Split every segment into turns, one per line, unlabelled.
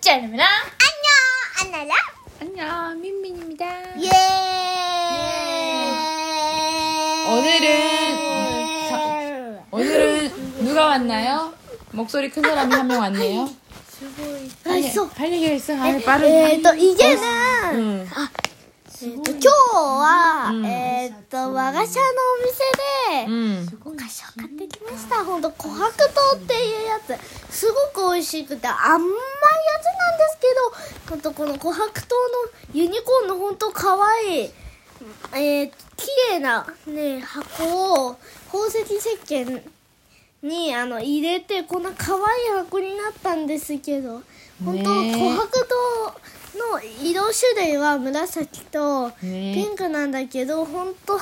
짤미랑
안녕 안나라
안녕 민민입니다.
예
오늘은 오늘은 누가 왔나요? 목소리 큰 사람이 한 명 왔네요. 빨리,
벌써
빨리 결승 아 빠르게.
에또 이제는
응.
또今日はえっと和菓子屋のお店で
응.
お菓子を買ってきましたほんと琥珀糖っていうやつすごく美味しくて甘いやつなんですけどほんとこの琥珀糖のユニコーンのほんとかわいいえー、綺麗なね箱を宝石石鹸にあの入れてこんな可愛い箱になったんですけど本当、
ねえ
琥珀糖の色種類は紫と
ねえ
ピンクなんだけど本当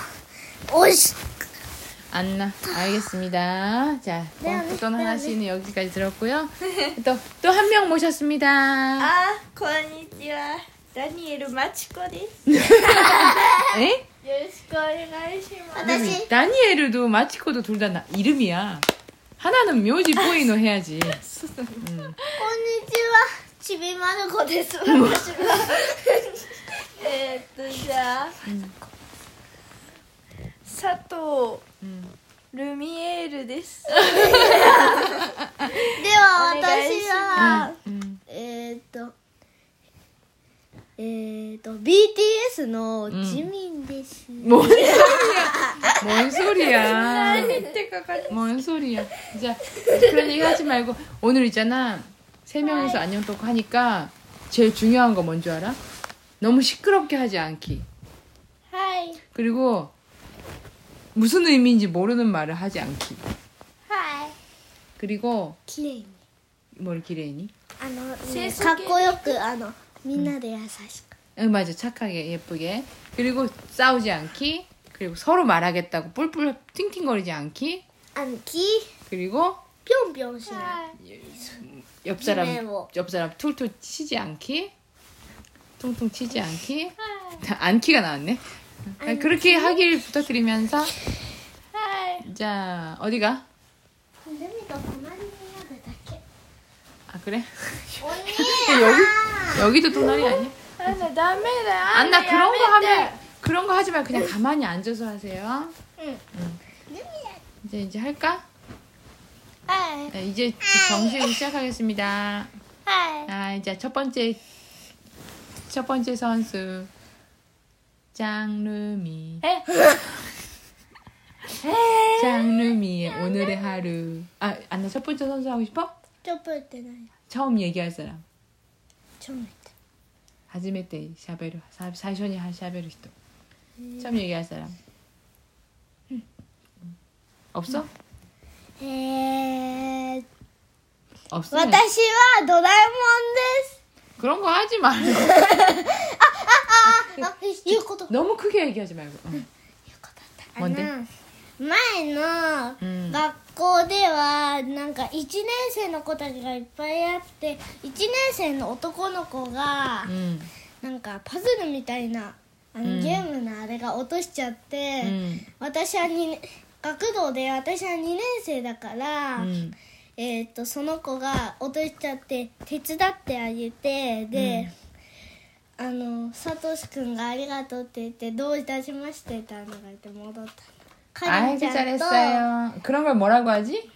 美味しく
안나 알겠습니다. 자, 뭐
네,
어떤
네,
하나 씨는 여기까지 들었고요. 또 또 한 명 모셨습니다.
あーこんにちはダニエルマチコですよ
에?
ろしくお願いします
私
이름이 다니엘도 마치코도 둘 다 이름이야. 하나는 묘지 포이노 해야지.
こんにちは、ちびまる子です。私は。
えー、っとじゃあ、佐
ん
藤ルミエールです
では、
お願い
私
し
は、
ま
음.
えー、っと、えー、っと、BTS のジミンです。
뭔 소리야? 뭔 소리야?
ってかかる
뭔 소리야? 자 그런 얘기 하지 말고 오늘 있잖아 세 명이서 안녕 토크 하니까 제일 중요한 거 뭔지 알아? 너무 시끄럽게 하지 않기
はい。
그리고 무슨 의미인지 모르는 말을 하지 않기
はい。
그리고
綺麗に。
뭘 기레니?
あの、
清楚系
かっこよく、あの、みんなで優しく。
응, 맞아 착하게 예쁘게 그리고 싸우지 않기 그리고 서로 말하겠다고 뿔뿔 팅팅거리지 않기
あの、き、
그리고
ぴょんぴょんしない。
옆 사람
기네요.
옆 사람 툴툴 치지 않기 퉁퉁 치지 않기 안키가 나왔네 아니, 그렇게 하길 부탁드리면서 자 어디가
ルミが困りになるだけ。
아 그래 여기 여기도 도날이 아니야
あんなダメだよあん
안나
な
그런 거
や
하면 그런 거 하지 말고 그냥 가만히 앉아서 하세요
ルミだ。
이제 이제 할까
はい。
네, 이제 정식 시작하겠습니다
はい。
아 이제 첫 번째 첫 번째 선수 장르미
めてえ
장르미의 오늘의 하루. 아, 안나 첫 번째 선수 하고 싶어?
ちょっぷってない。
처음 얘기할 사람.
ちょめて。
하지메테 샤베르 사- 사이션이 한 샤베르시도. 처음 얘기할 사람. 응. 없어?
えー、
없어.
私はドラえも
그런 거 하지 말고.
んです。あ、言うこと。言う
너무 크게 얘기하지 말고. 응.
ことだった。
뭔데
あの前の
음.
学校ではなんか1年生の子たちがいっぱいあって1年生の男の子が
응.
なんかパズルみたいなあの、
うん
ゲームのあれが落としちゃって、
응.
私は2学童で私は2年生だから、
응.
えーっとその子が落としちゃって手伝ってあげてで、あのサトシくんが「ありがとう」って言って「どういたしまして」ってあのが言って戻ったカリ
아이고
ンちゃんと
잘했어요. 그런 걸 뭐라고 하지?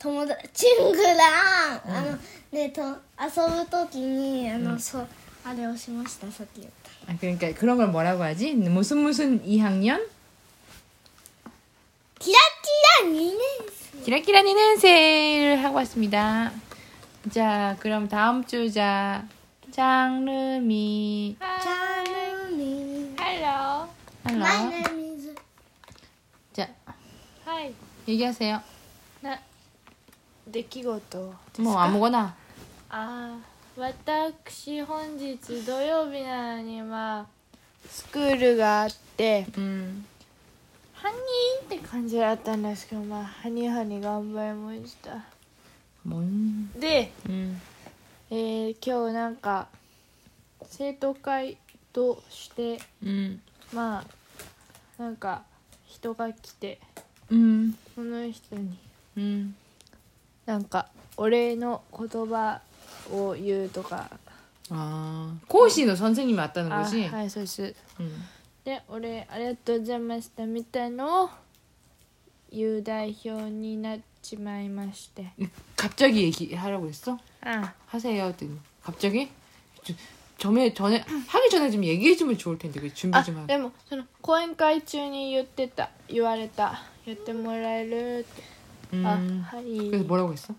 友達チングラン、あのねと遊ぶ時にあの、そうあれをしましたさっき言った。
아, 그러니까 그런 걸 뭐라고 하지? 무슨 무슨 2학년?
キラキラ2年
기라기라 니넨세를 하고 왔습니다. 자, 그럼 다음 주자 장르미
生チャンネル
Hello
할로.
マイネミズ
자,
はい
얘기하세요.
な出来事ですか
뭐 아무거나.
あー私本日土曜日なのにまあスクールがあって
음,
ハニーって感じだったんですけどまあハニーハニー頑張りました
뭔?
で、
음,
えー今日なんか生徒会として
음,
まあなんか人が来て
음,
その人に
음,
なんかお礼の言葉を言うとか
あー講師の 아. 선생님이 왔다는
あ
거지?
はいそうです
음.
で俺ありがとうございましたみたいのを言う代表になっちまいまして
갑자기 얘기하라고 했어?
あ
하세요 했더니 갑자기? 저- 전에 전에 하기 전에 좀 얘기해 주면 좋을 텐데 그 준비
あ
좀 하고
でもその講演会中に言ってた言われた言ってもらえるって、
음.
あは
그래서
い
뭐라고 했어?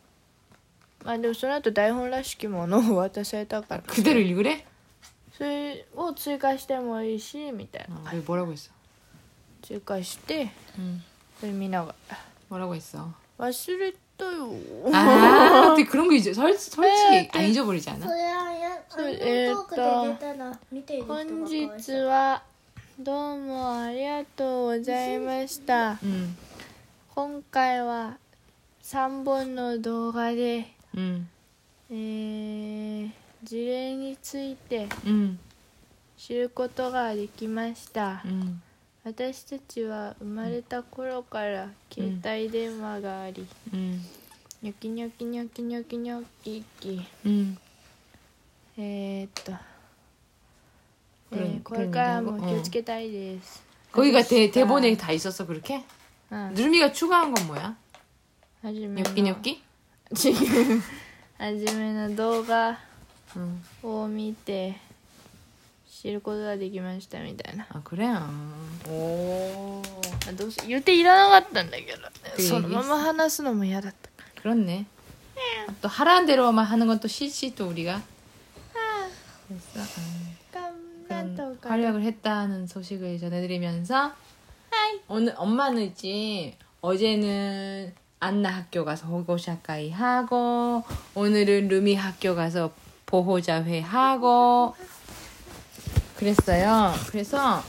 まあでもその後台本らしきものを渡されたから
그대로 읽으래?
それを追加してもいいしみたいな
어, 그래서 뭐라고 했어?
追加して、
음.
それ見ながら
뭐라고 했어?
忘れたよ
아 근데 그런 거 이제 설,
네,
솔직히 안 잊어버리지
そ
않아?
れはやあ
そ
の
う
ト
えー
ー
っと
クで出たら見ている人が
本
かわい
日
そう
はどうもありがとうございました
음.
今回は3本の動画で、
음.
えー事例について
음.
知ることができました、
음.
私たちは生まれた頃から携帯電話があり、
음.
ニョキニョキニョキニョキニョキキ
음.
えー、っと、え
그
ーこ
런
れから
그런얘기하고
も
어
気をつけたいです、
거기가 대, 대본에 다 있었어 그렇게?
うん
누름이가 추가한 건 뭐야?
初
음.
めの
엽기엽기?
違う 初めの動画
응.
を見て知ることができましたみたいな
아 그래? 아. 오.
あどうせ言っていらなかったんだけ
て
ど
いい
そのまま話すのも嫌だったか
그렇네. 아, 또 하라는 대로만 하는 건 또 실시 또 우리가 그래서 아,
ら頑張
그런
ったから
활약을 했다는 소식을 전해드리면서 오늘 엄마는 있지 어제는 안나 학교 가서 호고샤카이 하고 오늘은 루미 학교 가서 보호자회 하고 그랬어요. 그래서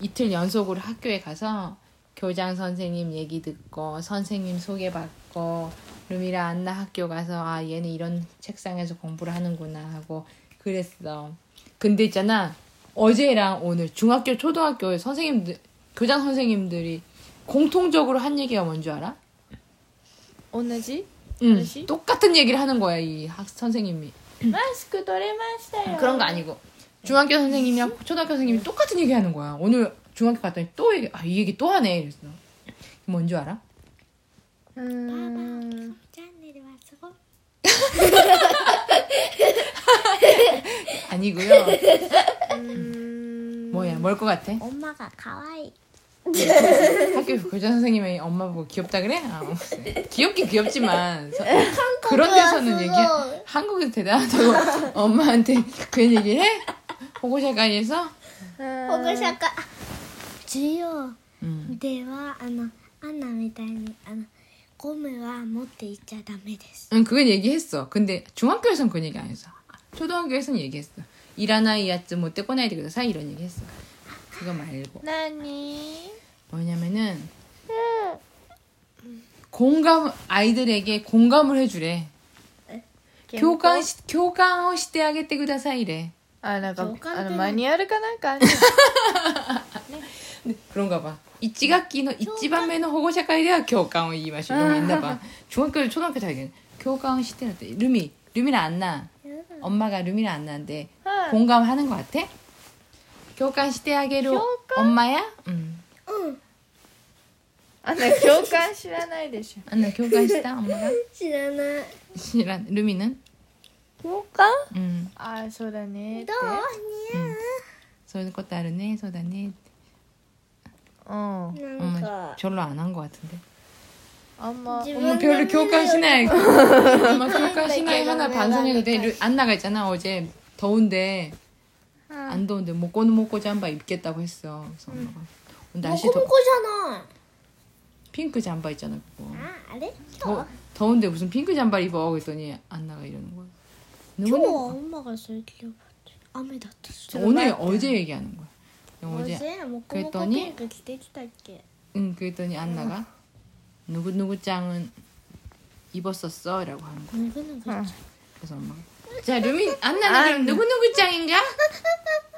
이틀 연속으로 학교에 가서 교장 선생님 얘기 듣고 선생님 소개받고 루미랑 안나 학교 가서 아 얘는 이런 책상에서 공부를 하는구나 하고 그랬어. 근데 있잖아 어제랑 오늘 중학교 초등학교 선생님들 교장 선생님들이 공통적으로 한 얘기가 뭔지 알아?
同じ
응.
뭐지?
똑같은 얘기를 하는 거야 이 학 선생님이.
マスク取れましたよ
그런 거 아니고 중학교 선생님이랑 초등학교 선생님이 똑같은 얘기 하는 거야. 오늘 중학교 갔더니 또 얘기, 아, 이 얘기 또 하네. 이랬어. 뭔 줄 알아?
うーん
チャンネルはすごい
아니고요.
うん
뭐야, 뭘 것 같아?
엄마が可愛い
학교 교장 선생님이 엄마 보고 귀엽다 그래? 아, 귀엽긴 귀엽지만 서-
한국은
그런 데서는 얘기
수고.
한국에서 대단하다고 엄마한테 그런 얘기를 해? 보고자가에서
保護者か授業
음.
ではあのアンナみたいにあのゴムは持っていっちゃダメです
응, 그건 얘기했어. 근데 중학교에선 그런 얘기 안 했어. 초등학교에서는 얘기했어. 일하나이 야츠 못데꼬나이 데그다 사이 이런 얘기 했어. 그거 말고
何
뭐냐면은 공감 아이들에게 공감을 해주래. 교감 시, 교감을 시대하겠대 그다사 이래.
あなんか
共感って
あの
何
マニュアルかなんかある
네, 그런가 봐. 이찌각기는 이찌반매는 호고샤카이대야 교감을 이마시고 있나 봐. 중학교 초등학교 다이게 교감을 시대한테 루미 루미는 안 나. 엄마가 루미는 안 나는데
응.
공감하는 것 같아? 교감 시대하게로 엄마야? 음. 응.
あんな共感知らないでしょ
안나 교감 시다 엄마가?
知らない
실은 루미는? 음.
共感
응.
ああそうだねって
どう
そういうことあるねそうだね
うん
似合うなん
엄마
か
별로 안 한 것 같은데
あんま
自
엄마
分で
별로
見る
교감시나이 엄마 교감시나이
교감시나이
네, 하나
하나
반성해도 돼
반성해.
루- 안나가 있잖아 어제 더운데
응.
안 더운데 목고는 목고 잠바 입겠다고 했어 그래서 엄마가
モ
오늘 날씨
コモ
더
コじゃない
핑크 잠바 있잖아 그거
ああれ今
더 더운데 무슨 핑크 잠바 입어 그랬더니 안나가 이러는 거야
日今日
누구는
は엄마가それ着よかった雨だったし
오늘 어제 얘기하는 거야 어제
せモコモコ
그랬더니
ピンク着てきたっけ
응 그랬더니 안나가 누구누구 짱은 입었었어 라고 하는 거야
ぬぐぬぐ
그래서 엄마가 자 루미 안나는 그럼 누구누구 짱인가?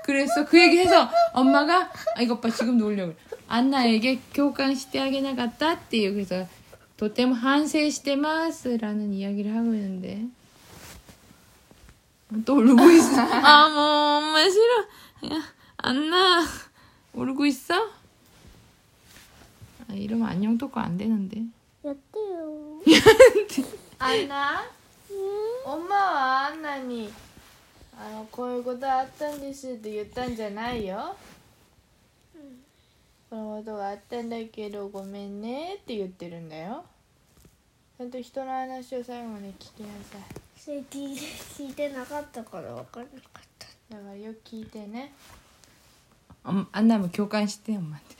그래서 그 얘기해서 엄마가 아 이것 봐 지금 놀려고 그래. 안나에게 교강 시대하게 나갔다っていう그래서 도때문 한세 시대 마스라는 이야기를 하고 있는데 또 울고 있어. 아, 뭐, 엄마 싫어. 야, 안나, 울고 있어? 아, 이러면 안녕 토크 안 되는데.
やってよ。
アンナおまはアンナにあのこういうことあったんですって言ったんじゃないよ、このことがあったんだけどごめんねって言ってるんだよちゃんと人の話を最後まで聞きなさい
それ聞い聞いてなかったから分かんなかった。
だからよく聞いてね
엄, 안나 뭐 교감 시대 엄마한테.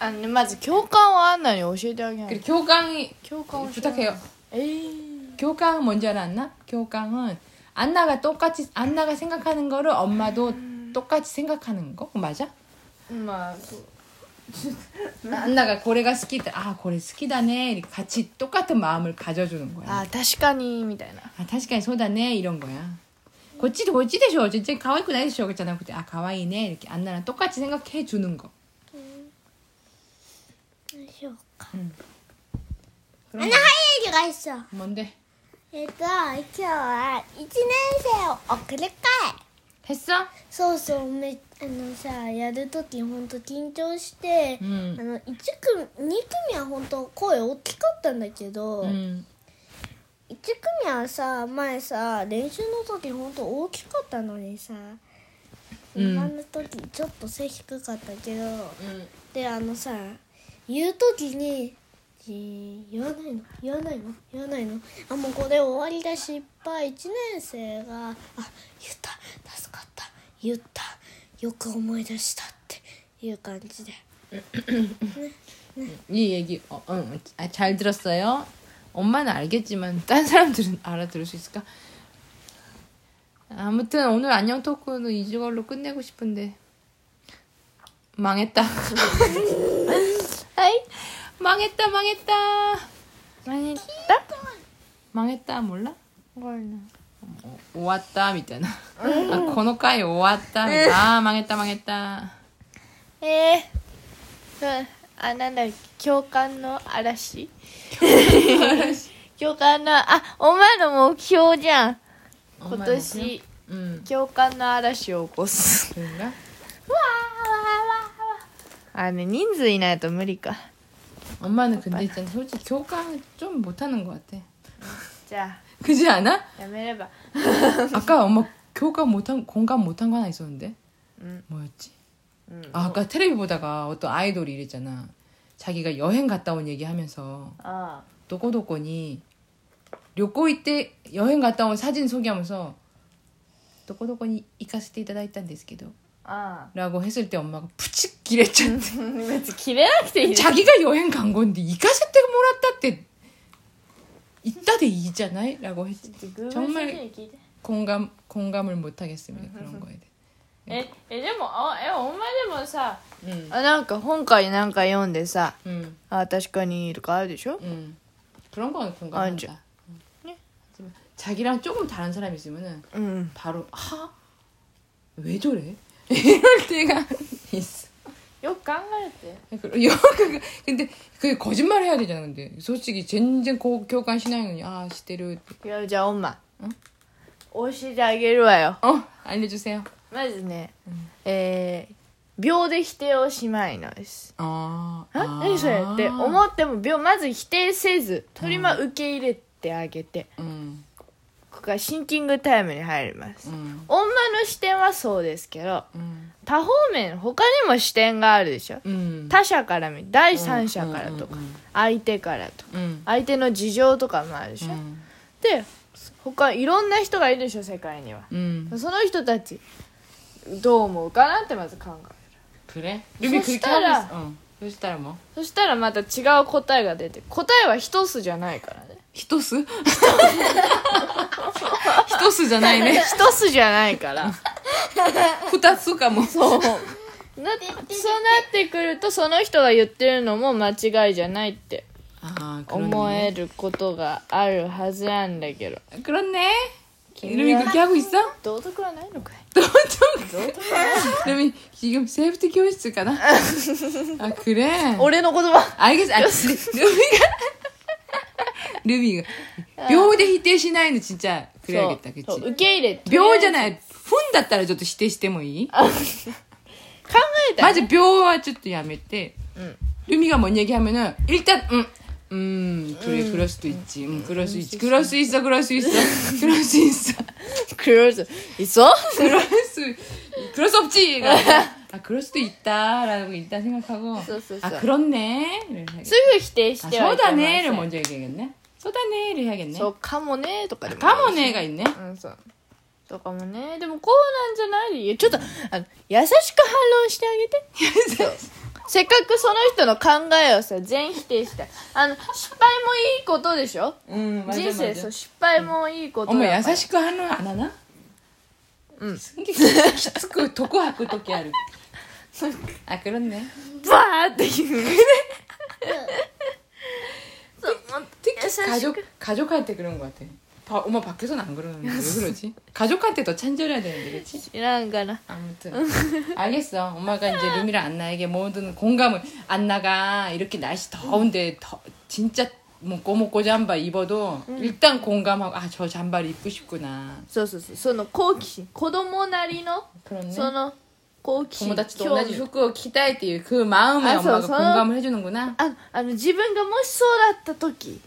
あのねまず共感をアンナに教えてあげな
그리고
い
교감이
共感を教えてあげな
부탁해요.
いえー
교감은 뭔지 알아 안나? 교감은 안나가 똑같이 안나가 생각하는 거를 엄마도 똑같이 생각하는 거 어, 맞아?
まあそう
안나가 고래가 스키다 아 고래 스키다네 이렇게 같이 똑같은 마음을 가져주는 거야.
あ確かにみたいな
아, 다시간 소다네 이런 거야. 고치도 고치대쇼. 진짜 가와이고 나이쇼 그랬잖아. 그때 아 가와이네 이렇게 안나랑 똑같이 생각해 주는 거.
よいしょ。あ
그럼
の、はい、よいしょ。
뭔데?
えっと、今日は1年生を送る会。
했어?
そうそう、め、あのさ、やるときほんと緊張して、
うん
あの、1組、2組はほんと声大きかったんだけど、
음.
1組はさ、前さ、練習のときほんと大きかったのにさ、
うん
今のときちょっと背低かったけど、
음.
であのさ言う時に「じー言わないの言わないの言わないのあもうこれ終わりだ失敗」1年生が「あ言った助かった言ったよく思い出した」っていう感じで
이 얘기 어, 응. 아, 잘 들었어요. 엄마는 알겠지만 딴 사람들은 알아들을 수 있을까? 아무튼 오늘 안녕 토크는 이걸로 끝내고 싶은데 망했다. 아이, 망했다 망했다
何言った
망했다 몰라?
わかんない
어, 오왔다 미잖아. 아, 코노카이 오왔다. 아 망했다 망했다.
ええうんあなんだっけ共感の嵐共感のあお前の目標じゃん今
엄마는
年
그냥- 음,
共感の嵐を起こす
그런가?
あね人数いないと無理か
엄마는 근데 있잖아 솔직히 교감 좀 못하는 것 같아.
じゃ
그지 않아?
あやめれば
아까 엄마 교감 못한 공감 못한 거 하나 있었는데
응.
뭐였지?
응.
아, 아까 텔레비 보다가 어떤 아이돌이 이랬잖아. 자기가 여행 갔다 온 얘기하면서
あ
도꼬도꼬니 료꼬이 때 여행 갔다 온 사진 소개하면서 도꼬도꼬니 이카스테 이다다이탄데스케도
ああ
라고 했을 때 엄마가 푸칙 기랬잖아.
あ別に切れなくていい
자기가 여행 간 건데 이카스테가 몰았다 때 이따대 이잖아요? 라고 했지.
ちょんま
정말-
り聞いて
공감 공감을 못 하겠습니다. 그런 거에 대해. 음,
ええでもあえお前でもさ
응.
あなんか本会なんか読んでさ
응.
あ確かにとかあるでしょ
응. 음, 그런 건
아, 이제.
공감한다. 응.
네.
하지만 자기랑 조금 다른 사람이 있으면은
うん
바로 하. 왜 저래? 이럴 때가 있어.
よく考えて
그리고 그러니까 요가가- 근데 그게 거짓말 해야 되잖아. 근데 솔직히 전쟁 고 교관 신앙이 아 시대를
いやじゃあおんま
ん
教えてあげるわよ
어 알려주세요.
まずね、えー秒で否定をしないのです
아
あ何それって思っても秒まず否定せずとりま受け入れてあげて
응,
ここからシンキングタイムに入ります、
응,
女の視点はそうですけど
응,
多方面他にも視点があるでしょ
응.
他者から見第三者からとか、
うんうんうん
相手からとか
응,
相手の事情とかもあるでしょ、
응,
で他いろんな人がいるでしょ世界には
응.
その人たちどう思うかなってまず考える
그래? 루비
소
그렇게
스타라.
하고 있어. 응. 소시타라 뭐?
そしたらまた違う答えが出て答えは一つじゃないからね
히토스? 히토스잖아, 이네.
一つじゃないから
후타스가 뭐.
そうなそうなってくるとその人が言ってるのも間違いじゃないって
아
思え
그렇네.
ることがあるはずなんだけど
그렇네.
김이야.
루미 그렇게 하고 있어?
道徳はないのかい
루미 지금 세이프티 교室가나? 아 그래.
俺の言葉
알겠어. 아, 루미가 ルミが秒で否定しないのちっちゃいや
そう
겠다 그치
そう受け入れて
秒じゃないい分だったらちょっと否定してもいい
考えたら
まず秒はちょっとやめて
응.
루미가 뭔 얘기하면은 일단 음, 음 그래 그럴 수도 있지 음 그럴 수 있지 그럴 수 있어 그럴 수 있어 그럴 수 있어
그럴 수 있어?
그럴 수 그럴 수 없지 가 아니라 아 그럴 수도 있다라고 일단 생각하고
써, 써, 써.
아 그렇네 를 해야겠-
すぐ否定し
아
てはいけません
소다네를 먼저 얘기하겠네 소다네를 해야겠네
そうかもねとかでもないし
까모네가 있네
うんそうとかもねでもこうなんじゃないいやちょっとあの優しく反論してあげてそうせっかくその人の考えをさ全否定したあの失敗もいいことでしょ
응
人生そう失敗もいいことだ
어머
から
야사시크 한론 안 하나?
응.
기스크 그 도코하쿠 도끼하루 아 그렇네
バーって言うね そうもっと優しく
가족 가족한테 그런 것 같아. 바, 엄마 밖에서는 안 그러는데 왜 그러지? 가족한테 더 찬절해야 되는데 그렇지?
知らんから。
아무튼 알겠어. 엄마가 이제 루미랑 안나에게 모든 공감을 안나가 이렇게 날씨 더운데 더 진짜 먹고 먹고 잠바 입어도 일단 공감하고 아 저 잠바를 입고 싶구나.
そうそうそう。その好奇心。子供なりの、
그렇네.
その好奇心。
부모다치도
興
오나지
味
후쿠 기다이띠 그 마음에
아,
엄마가
저, 저.
공감을 해주는구나.
ああの、自分がもしそうだった時、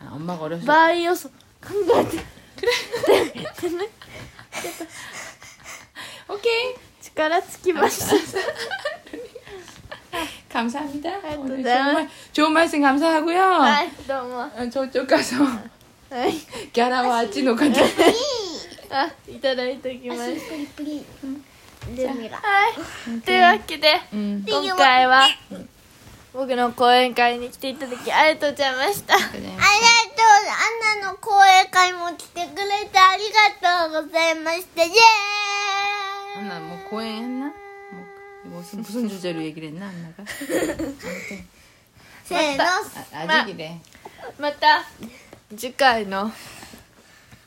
아, 엄마가 어렸을 때
場合をそう考えて、
오케이
力つきました。
감사합니다.
아, 또
오늘
나와.
정말 좋은 말씀 감사하고요.
はい、どうも。は
어, 저쪽 가서
い。
갸라와 아찌노 가자.
あ、いただいておきました。
プリプリ。ルミラ。
はい。というわけで、
음.
今回は、僕の講演会に来ていただきありがとうございました。
ありがとう。アンナの講演会も来てくれてありがとうございました。イエーイ
안나 뭐 고행했나? 뭐 이거 무슨 무슨 주제로 얘기를 했나 안나가?
せーの。
아, 아직이래.
また、次回の、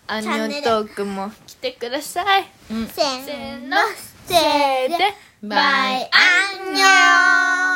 アンニョントークも来てください。
せー
せ
の。
ーの。
せー
で
の。バイ、アンニョン